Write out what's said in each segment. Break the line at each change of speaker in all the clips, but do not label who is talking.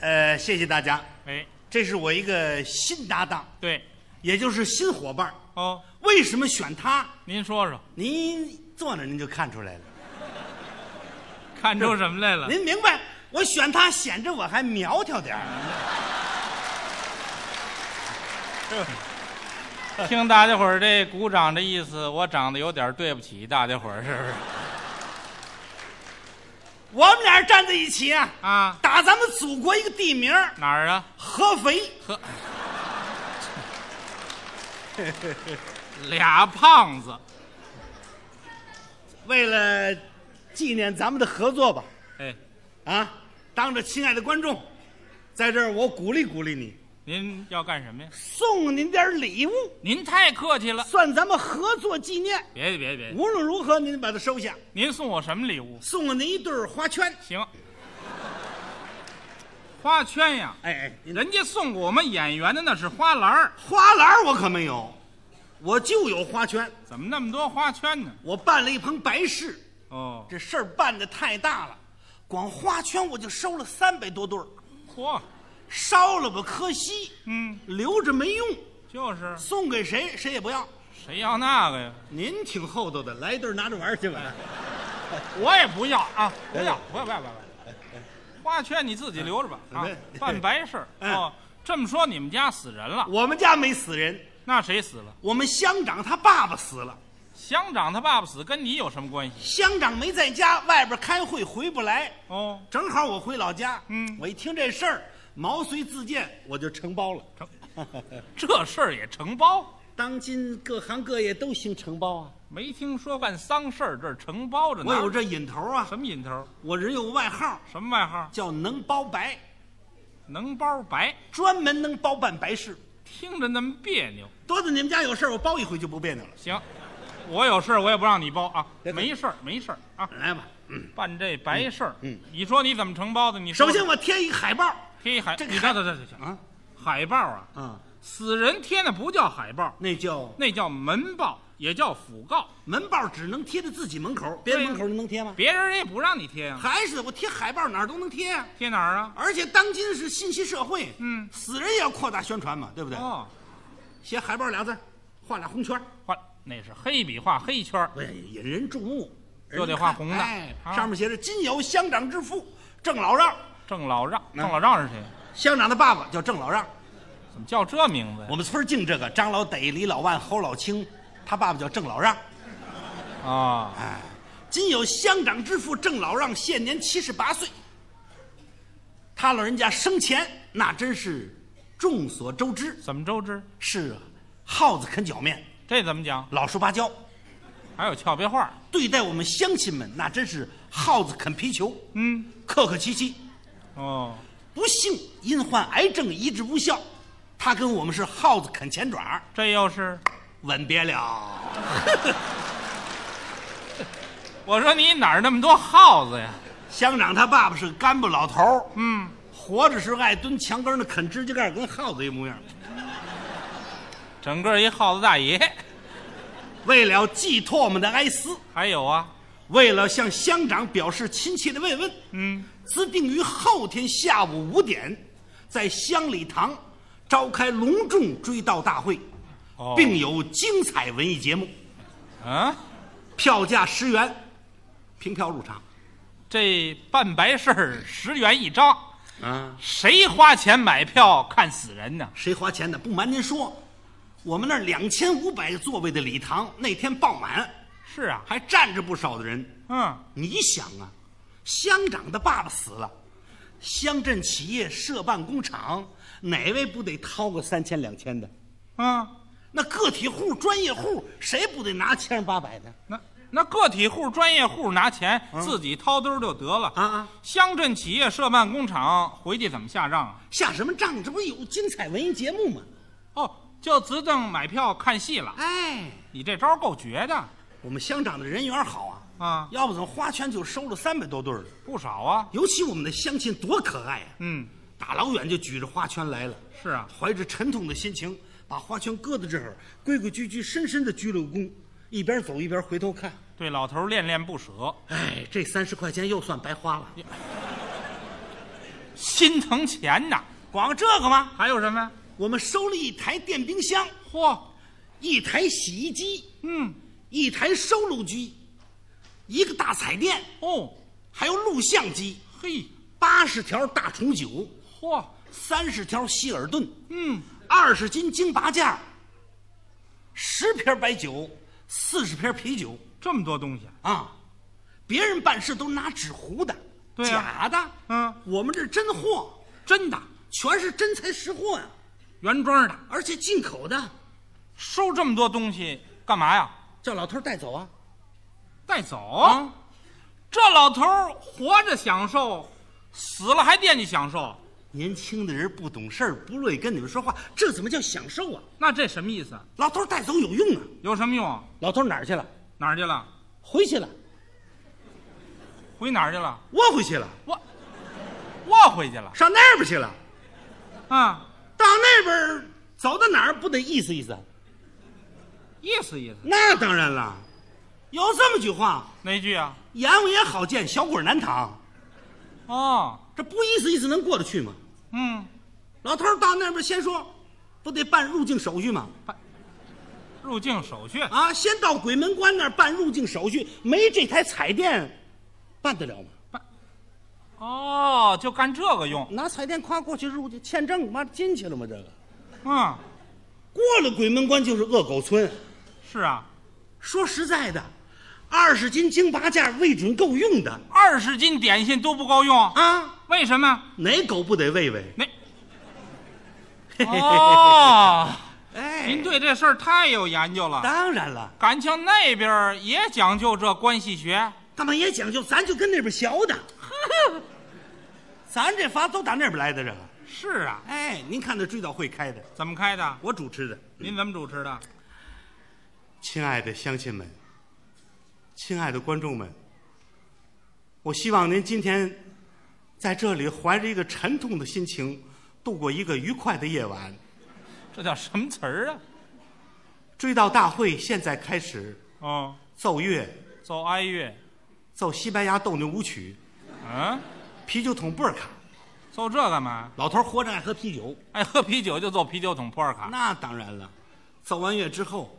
呃，谢谢大家，
哎，
这是我一个新搭档，
对，
也就是新伙伴儿。
哦，
为什么选他？
您说说，
您坐那儿您就看出来了，
看出什么来了？
您明白？我选他显着我还苗条点儿。
听大家伙儿这鼓掌的意思，我长得有点对不起大家伙儿，是不是？
我们俩站在一起啊，
啊，
打咱们祖国一个地名儿
哪儿啊？
合肥，
呵，俩胖子，
为了纪念咱们的合作吧，
哎，
啊，当着亲爱的观众，在这儿我鼓励鼓励你，
您要干什么呀？
送您点儿礼物，
您太客气了，
算咱们合作纪念。
别别别，
无论如何，您把它收下，
您送我什么礼物？
送了您一对儿花圈。
行，花圈呀，
哎哎，您
人家送我们演员的那是花篮儿，
花篮儿我可没有，我就有花圈。
怎么那么多花圈呢？
我办了一棚白事，
哦，
这事儿办的太大了，光花圈我就收了三百多对儿，
嚯，
烧了吧可惜，
嗯，
留着没用，
就是
送给谁谁也不要。
谁要那个呀？
您挺厚道的，来一对儿拿着玩儿去吧。
我也不要啊，不要，不要，不要，不要。花圈你自己留着吧啊
哎，
办白事儿
哎
哦。这么说你们家死人了，
我们家没死人，
那谁死了？
我们乡长他爸爸死了，
乡长他爸爸死跟你有什么关系？
乡长没在家，外边开会回不来。
哦，
正好我回老家，
嗯
我一听这事儿，毛遂自荐，我就承包了。
承，这事儿也承包？
当今各行各业都兴承包啊，
没听说办丧事儿这儿承包着呢。
我有这瘾头啊，
什么瘾头？
我人有外号
什么外号？
叫能包白，
能包白，
专门能包办白事。
听着那么别扭。
多子，你们家有事儿我包一回就不别扭了。
行，我有事儿我也不让你包啊，
对对
没事儿没事儿啊，
来吧，
办这白事儿。
嗯嗯
你说你怎么承包的？你说
首先我贴一个海报
贴一海，
这个
你
海
等等等等等
啊
海报啊，
啊，
死人贴那不叫海报，
那叫
那叫门报，也叫讣告，
门报，只能贴在自己门口，别人
对
门口能贴吗？
别人也不让你贴啊。
还是我贴海报哪儿都能贴啊。
贴哪儿啊？
而且当今是信息社会，
嗯
死人也要扩大宣传嘛，对不对？
哦，
写海报俩字儿，画俩红圈儿，
画那是黑笔画黑圈儿，
哎，引人注目，
就得
人家
画
看
红的
哎，
啊
上面写着“今有乡长之父郑老让
郑老让，郑老让是谁？”，
乡长的爸爸叫郑老让。
怎么叫这名字呀？
我们村儿净这个，张老逮、李老万、侯老清，他爸爸叫郑老让。
啊，
今有乡长之父郑老让，现年七十八岁。他老人家生前那真是众所周知，
怎么周知？
是耗子啃脚面，
这怎么讲？
老树芭蕉。
还有俏皮话。
对待我们乡亲们，那真是耗子啃皮球，
嗯，
客客气气。
哦，
不幸因患癌症医治无效，他跟我们是耗子啃前爪，
这又是，
吻别了。
我说你哪儿那么多耗子呀？
乡长他爸爸是个干部老头儿，
嗯，
活着时候爱蹲墙根儿那啃指甲盖儿，跟耗子一模样。
整个一耗子大爷。
为了寄托我们的哀思，
还有啊，
为了向乡长表示亲切的慰问，
嗯，
自定于后天下午五点，在乡里堂召开隆重追悼大会，
哦
并有精彩文艺节目，
啊，
票价十元，凭票入场。
这办白事儿十元一张，
啊，
谁花钱买票看死人呢？
谁花钱的？不瞒您说，我们那两千五百个座位的礼堂那天爆满，
是啊，
还站着不少的人。
嗯，
你想啊，乡长的爸爸死了，乡镇企业设办工厂，哪位不得掏个三千两千的？
嗯，
那个体户、专业户，谁不得拿千八百的？
那那个体户、专业户拿钱、自己掏兜儿就得了
嗯啊啊！
乡镇企业设办工厂回去怎么下账啊？
下什么账？这不是有精彩文艺节目吗？
哦，就自动买票看戏了。
哎，
你这招儿够绝的
我们乡长的人缘好啊，
啊，
要不怎么花圈就收了三百多对儿了？
不少啊。
尤其我们的乡亲多可爱啊！
嗯，
大老远就举着花圈来了，
是啊，
怀着沉痛的心情，把花圈搁在这儿，规规矩矩、深深的鞠了个躬，一边走一边回头看。
对老头儿恋恋不舍。
哎，这三十块钱又算白花了。
心疼钱呐。
光这个吗？
还有什么呀？
我们收了一台电冰箱，
嚯，
一台洗衣机，
嗯，
一台收录机，一个大彩电，
哦，
还有录像机，
嘿，
八十条大重九，
嚯，
三十条希尔顿，
嗯，
二十斤京八件，十瓶白酒，四十瓶啤酒
这么多东西，
啊！别人办事都拿纸糊的，
对
假
呀
的，
嗯，
我们这是真货，
真的，
全是真材实货呀、
原装的，
而且进口的，
收这么多东西干嘛呀？
叫老头儿带走啊！
带走？这老头儿活着享受，死了还惦记享受，
年轻的人不懂事儿，不乐意跟你们说话，这怎么叫享受啊？
那这什么意思？
老头儿带走有用啊！
有什么用？
老头儿哪儿去了？
哪儿去了？
回去了，
回哪儿去了？
窝回去了，
我，我回去了。
上那边去了。
啊，
到那边儿走到哪儿不得意思意思？
意思意思。
那当然了，有这么句话：
哪句啊？
阎王爷好见，小鬼儿难躺。
哦，
这不意思意思能过得去吗？
嗯，
老头儿到那边先说，不得办入境手续吗？
入境手续。
啊，先到鬼门关那儿办入境手续，没这台彩电，办得了吗？
哦，就干这个用。
拿彩电夸过去入去签证，妈进去了吗？这个
嗯，
过了鬼门关就是恶狗村。
是啊，
说实在的，二十斤京八件未准够用的
二十斤点心都不够用，
啊，
为 什么？
哪狗不得喂喂？
那哦，
哎
您对这事儿太有研 究了。
当然了，
感情那边儿也讲究这关系学，
干嘛也讲究，咱就跟那边学的。咱这法都打那边来的，这个。
是啊，
哎，您看这追悼会开的，
怎么开的？
我主持的。
您怎么主持的？
亲爱的乡亲们，亲爱的观众们，我希望您今天在这里怀着一个沉痛的心情，度过一个愉快的夜晚。
这叫什么词儿啊？
追悼大会现在开始，
哦，
奏乐，
奏哀乐，
奏西班牙斗牛舞曲，
嗯，
啤酒桶布尔卡。
奏这干嘛？
老头儿活着爱喝啤酒，
爱喝啤酒就奏啤酒桶普洱卡。
那当然了。奏完乐之后，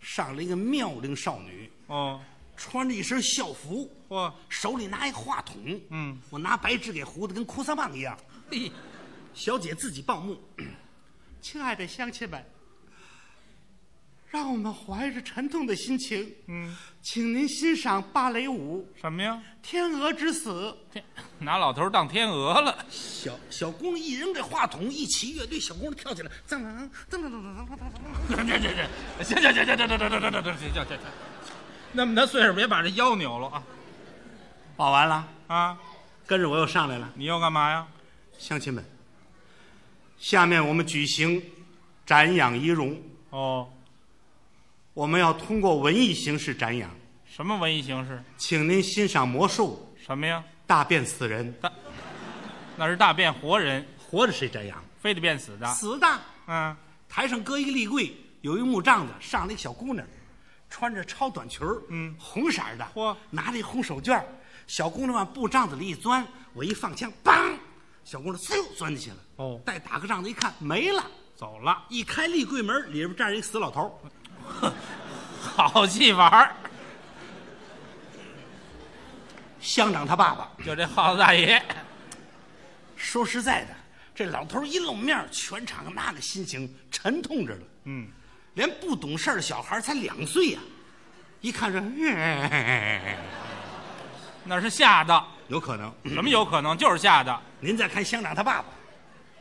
上了一个妙龄少女，
哦，
穿着一身校服，
嚯，
手里拿一话筒，
嗯，
我拿白纸给糊的跟哭丧棒一样。
嘿，
小姐自己报幕。亲爱的乡亲们，让我们怀着沉痛的心情，
嗯，
请您欣赏芭蕾舞《
什么呀？
天鹅之死
天，拿老头儿当天鹅了。》。
小小工一扔这话筒，一起乐队，小工跳起来，噔噔噔噔噔噔噔噔噔。
这这这这，行行行行行行行行行行行行，那么大岁数别把这腰扭了啊
报完了，
啊！
跟着我又上来了。
你要干嘛呀？
乡亲们，下面我们举行展仰仪容，
哦，
我们要通过文艺形式展仰，
什么文艺形式？
请您欣赏魔术
什么呀？
大变死人，
那是大变活人，
活着谁展仰？
非得变死的。
死的。
嗯，
台上搁一个立柜，有一木杖子，上来一小姑娘，穿着超短裙儿，
嗯
红色儿的，
嚯
拿着一红手绢儿，小姑娘往布帐子里一钻，我一放枪，梆，小姑娘嗖钻进去了。
哦
待打个帐子一看没了，
走了，
一开立柜门，里边站着一个死老头儿，
好戏法儿，
乡长他爸爸。
就这耗子大爷，
说实在的，这老头儿一露面儿，全场那个心情沉痛着呢。
嗯，
连不懂事儿的小孩儿才两岁呀、一看这，
那是吓的，
有可能。
什么有可能就是吓的，
您再看乡长他爸爸，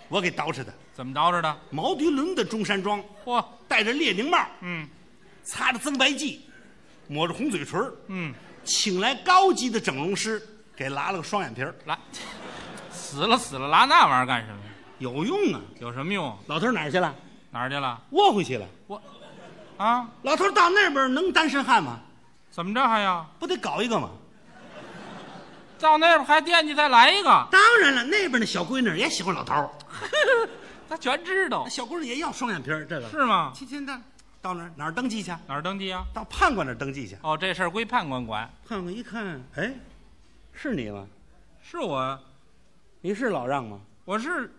我给捯饬的
怎么着着的？
毛涤纶的中山装，
嚯，
戴着列宁帽，
嗯
擦着增白剂，抹着红嘴唇儿，
嗯，
请来高级的整容师给拉了个双眼皮儿，
来，死了死了，拉那玩意儿干什么呀？
有用啊！
有什么用？
老头儿哪儿去了？
哪儿去了？
窝回去了。
我，啊，
老头儿到那边儿能单身汉吗？
怎么着还要？
不得搞一个吗？
到那边还惦记再来一个，
当然了，那边儿那小闺女儿也喜欢老头儿，
他全知道
那小闺女儿也要双眼皮儿，这个
是吗？
今天的到那儿哪儿登记去？
哪儿登记啊？
到判官那儿登记去。
哦，这事儿归判官管，
判官一看，哎，是你吗？
是我，
你是老让吗？
我是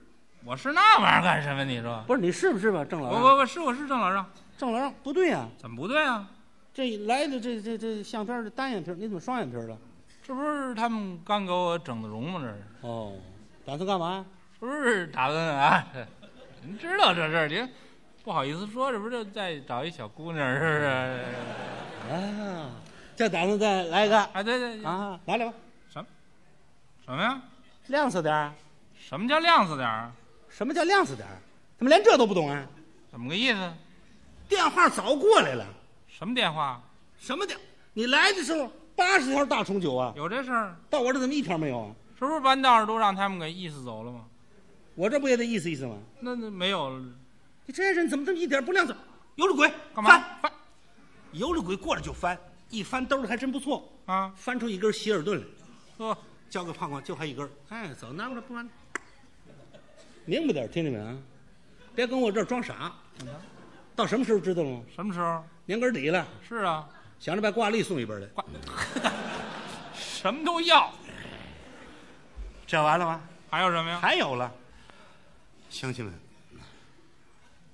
我是那玩意儿干什么？你说
不是，你是不是吧？郑老
我
让，
我我是我是郑老让，
郑老让不对呀、
怎么不对啊？
这来的这这这相片是单眼皮儿，你怎么双眼皮儿了？
这不是他们刚给我整的容吗？这是
哦，打算干嘛呀？
不是打算啊？您知道这事儿，您不好意思说，这不就再找一小姑娘是不是？
啊，这打算再来一个
啊，对对
啊，来来吧，
什么呀？
亮色点儿。
什么叫亮死点儿？
什么叫亮色点儿？怎么连这都不懂啊？
怎么个意思？
电话早过来了，
什么电话？
什么电？你来的时候八十条大重九啊，
有这事儿？
到我这怎么一条没有啊？
是不是半道上都让他们给意思走了吗？
我这不也得意思意思吗？
那那没有了，
你这人怎么这么一点不亮色？有了鬼，
干嘛
翻？
翻
有了鬼过来就翻，一翻兜里还真不错，
啊？
翻出一根希尔顿来，
呵，
交给胖胖就还一根儿。哎，走，拿过来不完了。明白点儿，听见没啊？别跟我这儿装傻。到什么时候知道了吗？
什么时候？
年根儿底了，
是啊，
想着把挂历送一本来。
挂，什么都要，
这完了吗？
还有什么呀？
还有了，乡亲们，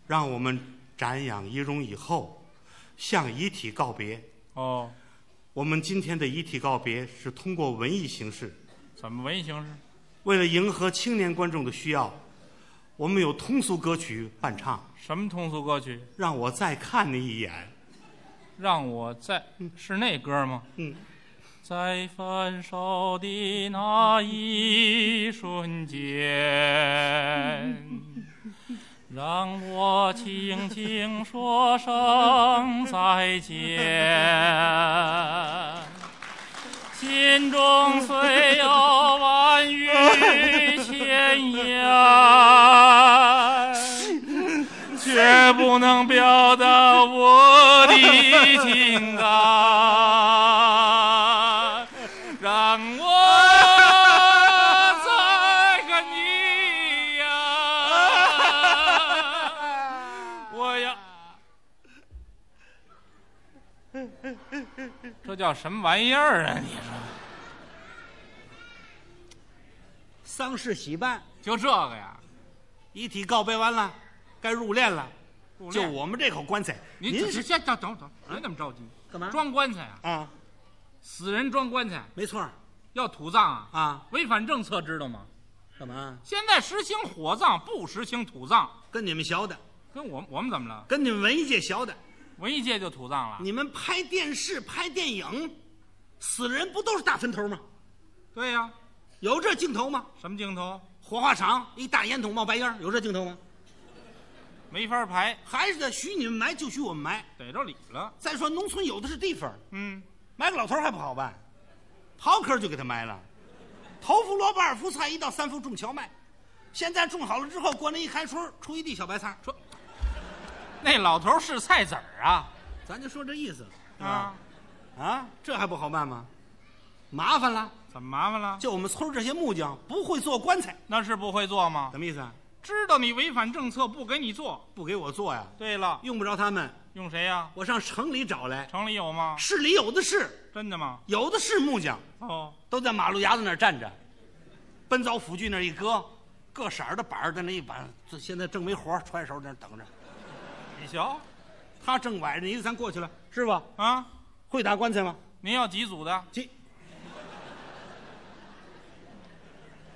让我们瞻仰遗容以后，向遗体告别。
哦，
我们今天的遗体告别是通过文艺形式，
怎么文艺形式？
为了迎合青年观众的需要，我们有通俗歌曲伴唱。
什么通俗歌曲？
让我再看你一眼，
让我在是那歌吗？
嗯，
在分手的那一瞬间，让我轻轻说声再见。心中虽有万语千言。却不能表达我的情感。让我再看你呀，我要。这叫什么玩意儿啊？你说
丧事喜办，
就这个呀？
遗体告别完了，该入殓了。就我们这口棺材，
您
您
先
是
先等等等，别那么着急，
干嘛
装棺材啊？
啊？
死人装棺材
没错儿
要土葬啊？
啊，
违反政策知道吗？
干嘛？
现在实行火葬，不实行土葬。
跟你们学的，
跟我们我们怎么了？
跟你们文艺界学的。
文艺界就土葬了？
你们拍电视、拍电影，死人不都是大坟头吗？
对呀、
有这镜头吗？
什么镜头？
火化场一大烟筒冒白烟儿，有这镜头吗？
没法排，
还是得许你们埋就许我们埋。
逮着理了。
再说农村有的是地方，
嗯，
埋个老头儿还不好办，刨坑儿就给他埋了。头伏萝卜二伏菜，一到三伏种荞麦。现在种好了之后，过年一开春儿，出一地小白菜。说，
那老头是菜籽儿啊
咱就说这意思
啊！
啊，这还不好办吗？麻烦了，
怎么麻烦了？
就我们村儿这些木匠不会做棺材，
那是不会做吗？
什么意思啊？
知道你违反政策，不给你做。
不给我做呀？
对了，
用不着他们，
用谁呀、
我上城里找来。
城里有吗？
市里有的是，
真的吗？
有的是木匠，
哦，
都在马路牙子那儿站着，奔凿斧锯那儿一搁，各色儿的板儿在那一板，这现在正没活儿，揣手在那儿等着。
你瞧
他正崴着呢，咱过去了，师傅
啊，
会打棺材吗？
您要几组的？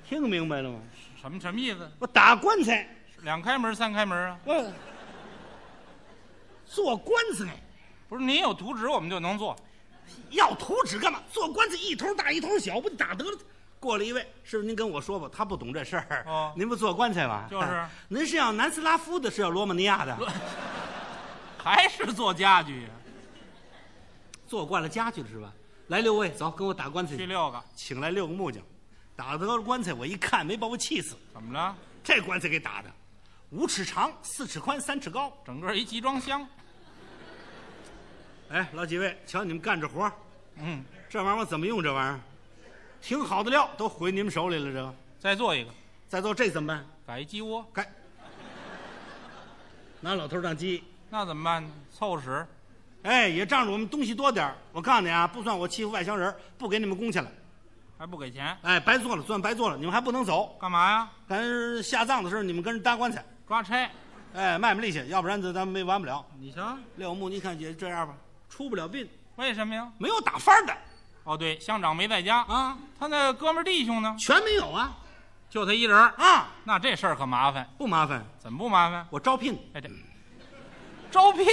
听明白了吗？
什么什么意思？
我打棺材，
两开门、三开门啊？
我
做棺材
不是，您有图纸，我们就能做。
要图纸干嘛？做棺材一头大一头小，不就打得了？过来一位，师傅您跟我说吧，他不懂这事儿。
哦
您不做棺材吗？哎
就是，
您是要南斯拉夫的，是要罗马尼亚的？
还是做家具？啊
做惯了家具了是吧？来六位，走，跟我打棺材
去
去。
六个，
请来六个木匠，打得了棺材，我一看没把我气死。
怎么了？
这棺材给打的，五尺长，四尺宽，三尺高。
整个一集装箱。
哎，老几位，瞧你们干这活儿
嗯，
这玩意儿我怎么用？这玩意儿，挺好的料都回你们手里了。这个，
再做一个，
再做这怎么办？
改一鸡窝，
该 拿老头儿当鸡。
那怎么办呢？凑合使。
哎，也仗着我们东西多点儿。我告诉你啊，不算我欺负外乡人儿，不给你们工钱了。
还不给钱，
哎，白做了，算白做了，你们还不能走。
干嘛呀？
咱下葬的时候，你们跟着搭棺材，
抓差。
哎，卖卖力气，要不然咱咱们没完不了。
你瞧，
廖牧，你看也这样吧，出不了殡，
为什么呀？
没有打幡的
哦，对，乡长没在家，
啊，
他那哥们儿弟兄呢？
全没有啊
就他一人儿，
啊，
那这事儿可麻烦。
不麻烦，
怎么不麻烦？
我招聘，
哎，这招 聘，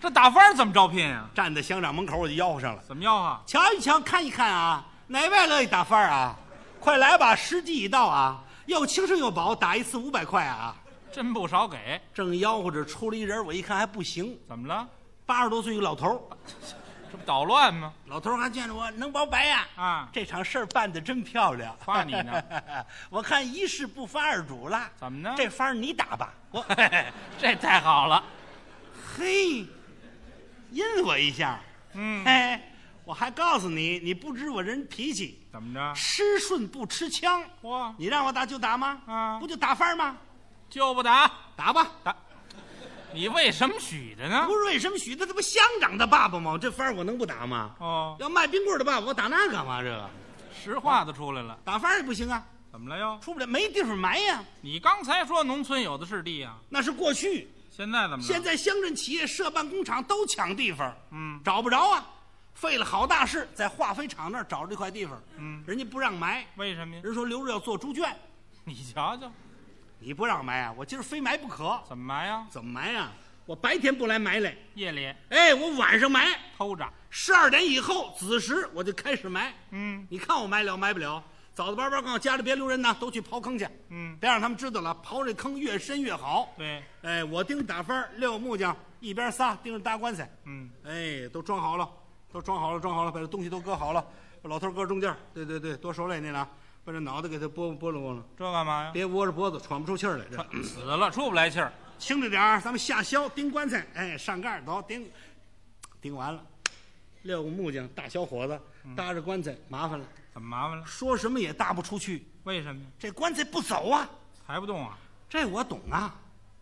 这打番儿怎么招聘呀、
站在乡长门口我就吆喝上了，
怎么要啊？
瞧一瞧，看一看啊，哪位乐意打幡啊？快来吧，时机已到啊，又轻胜又保，打一次五百块啊。
真不少给，
正吆喝着出了一人，我一看还不行，
怎么了？
八十多岁一个老头儿，
这不捣乱吗？
老头儿还见着我，能保白呀、
啊，
这场事儿办得真漂亮，
夸你呢。
我看一事不发二主了，
怎么呢？
这番儿你打吧。 我
这太好了，
嘿，阴我一下。
嗯，
哎，我还告诉你，你不知我人脾气，
怎么着？
吃顺不吃枪。
嚯，
你让我打就打吗？
啊
不就打番儿吗？
就不打
打吧。
打，你为什么许的呢
不？是为什么许的，这不乡长的爸爸吗？这番儿我能不打吗？
哦，
要卖冰棍儿的爸爸，我打那干嘛？这个
实话都出来了，
打番儿也不行啊，
怎么了又？
出不了，没地方埋呀。
你刚才说农村有的是地呀、
那是过去，
现在怎么了？
现在乡镇企业设办工厂都抢地方，
嗯
找不着啊，费了好大事，在化肥厂那儿找这块地方，
嗯，
人家不让埋，
为什么呀？
人说留着要做猪圈，
你瞧瞧，
你不让埋啊，我今儿非埋不可，
怎么埋呀、
怎么埋啊？我白天不来埋来，
夜里
哎，我晚上埋，
偷着，
十二点以后子时我就开始埋，
嗯
你看我埋了埋不了？早早班班告诉家里别留人呐，都去刨坑去，
嗯，
别让他们知道了，刨这坑越深越好。
对，
哎，我盯着打幡儿，撂木匠一边仨盯着搭棺材。
嗯，
哎，都装好了，都装好了，装好了，把这东西都搁好了，把老头搁中间儿。对对对，多熟练那俩，把这脑袋给他拨拨弄拨弄，
这干嘛呀？
别窝着脖子喘不出气儿来。这
死了出不来气儿，
轻着点儿，咱们下削钉棺材，哎，上盖儿走钉，钉完了。撂个木匠，大小伙子搭着棺材，麻烦了，
怎么麻烦了？
说什么也搭不出去，
为什么呀？
这棺材不走啊，
抬不动啊？
这我懂啊，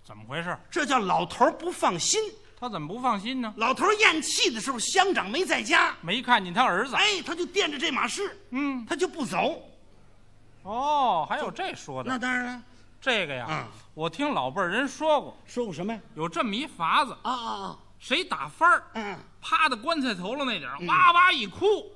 怎么回事？
这叫老头儿不放心。
他怎么不放心呢？
老头儿咽气的时候，乡长没在家，
没看见他儿子？
哎，他就惦着这码事，
嗯，
他就不走。
哦，还有这说的。
那当然了，
这个呀，
嗯
我听老辈儿人说过，
说过什么呀？
有这么一法子，
啊啊
谁打翻儿
啊！，嗯，
趴到棺材头了那点儿，哇哇一哭，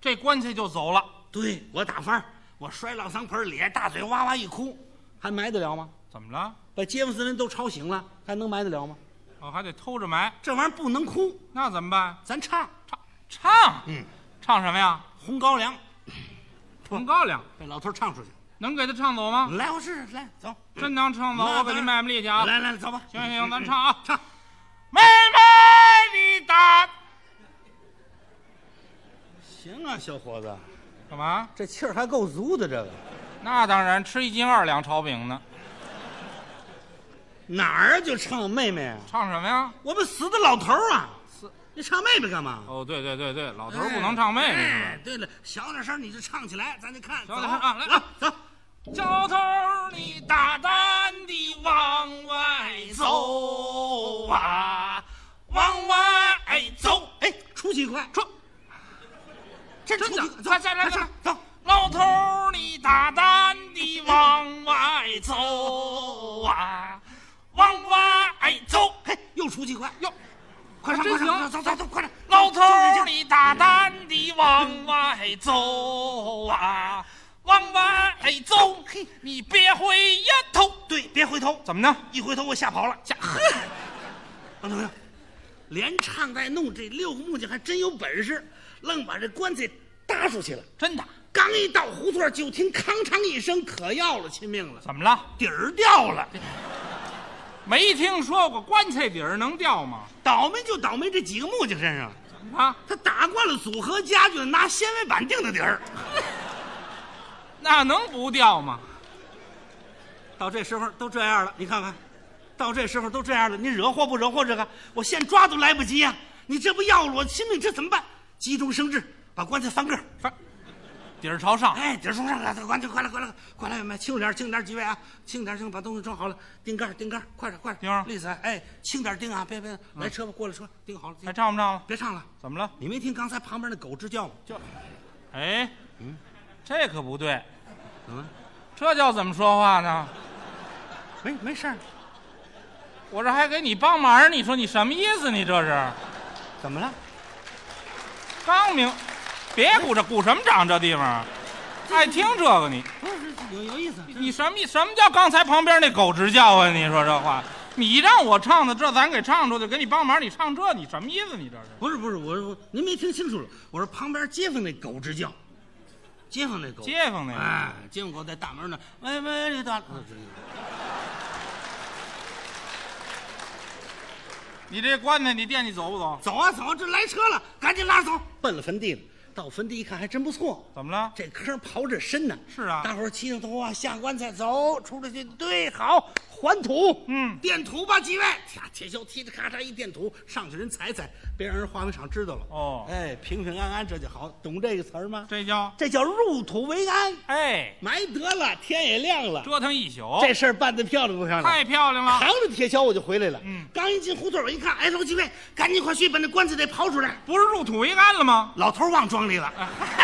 这棺材就走了。
啊对我打翻儿，我摔浪桑盆儿里，大嘴哇哇一哭，还埋得了吗？
怎么了？
把街坊四邻都吵醒了，还能埋得了吗？
哦，还得偷着埋，
这玩意儿不能哭，
那怎么办？
咱唱《
唱唱，
嗯，
唱什么呀？
红高粱》，
红高粱，
被老头儿唱出去。
能给他唱走吗？
来，我试试，来走，
真能唱走，
那
我给
当
你
然
卖卖力气啊！
嗯来来，走吧，
行行，咱唱啊！
唱。
妹妹的大，
行啊，小伙子，
干嘛？
这气儿还够足的。这个
那当然，吃一斤二两炒饼呢。
哪儿就唱妹妹啊？
唱什么呀？
我们死的老头儿啊，
死
你唱妹妹干嘛？
哦，对对对对，老头儿不能唱妹妹是吧？
哎对了，小点声，你就唱起来，咱就看。
小点
走
声啊来
走。
小头儿你大胆地往外走啊，往外走！
哎，出去快，出！这出
真
去
的，
走，
快下来
快上
快
走！
老头儿你大胆地往外走啊，往外走！
嘿，又出去快，
哟，
快上，
真
快上，
行
走走走，快点！
老头儿
走
你大胆地往外走啊，往外走！嘿，你别回呀头，
对，别回头，
怎么呢？
一回头我吓跑了。啊
吓！
老头儿，连唱带弄，这六个木匠还真有本事，愣把这棺材搭出去了。
真的？
刚一到胡同儿，就听康嚓一声，可要了亲命了，
怎么了？
底儿掉了。
没听说过棺材底儿能掉吗？
倒霉就倒霉这几个木匠身上了。
啊，
他打惯了组合家具，拿纤维板钉的底儿。
那能不掉吗？
到这时候都这样了，你看看，到这时候都这样了，你惹祸不惹祸？这个我现抓都来不及呀、你这不要了我亲命，这怎么办？急中生智，把棺材翻个儿，
反底儿朝上，
哎，底儿冲上来，棺材快来快来快来，慢轻点轻点几位啊，轻点轻，把东西装好了，钉盖儿钉盖儿，快点快点，
钉儿嗯
丽子，哎，轻点钉啊，别别，来车吧，过来车，钉好了，
哎
钉
还唱不唱了？
别唱了，
怎么了？
你没听刚才旁边那狗直叫吗？
就，哎，这可不对，
嗯，
这叫怎么说话呢？
没没事儿，
我这还给你帮忙，你说你什么意思？你这是
怎么了？
刚明，别鼓着鼓什么掌？这地方，爱听这个你
不是是有有意思，
你什么意什么叫刚才旁边那狗直叫啊？你说这话，你让我唱的这咱给唱出去，给你帮忙，你唱这你什么意思？你这是
不是不是我我您没听清楚了，我说旁边街坊那狗直叫，街坊那狗，
街坊那个
哎，街坊狗在大门那，喂喂，这大，啊这
你这棺材你惦记走不走？
走啊走啊，这来车了，赶紧拉走，奔了坟地了。到坟地一看，还真不错，
怎么了？
这坑刨着深呢。
是啊
大伙儿齐着头啊，下棺材走，出来去，对，好，还土，
嗯
垫土吧，几位，呀，铁锹踢着咔嚓一垫土，上去人踩踩，别让人化肥厂知道了。
哦
哎，平平安安这就好，懂这个词儿吗？
这叫
这叫入土为安，
哎，
埋得了，天也亮了，
折腾一宿，
这事儿办得漂亮不漂亮？
太漂亮了
扛。着铁锹我就回来了。
嗯，
刚一进胡同，我一看，哎，老几位，赶紧快去把那棺材得刨出来。
不是入土为安了吗？
老头儿忘庄里了。
哎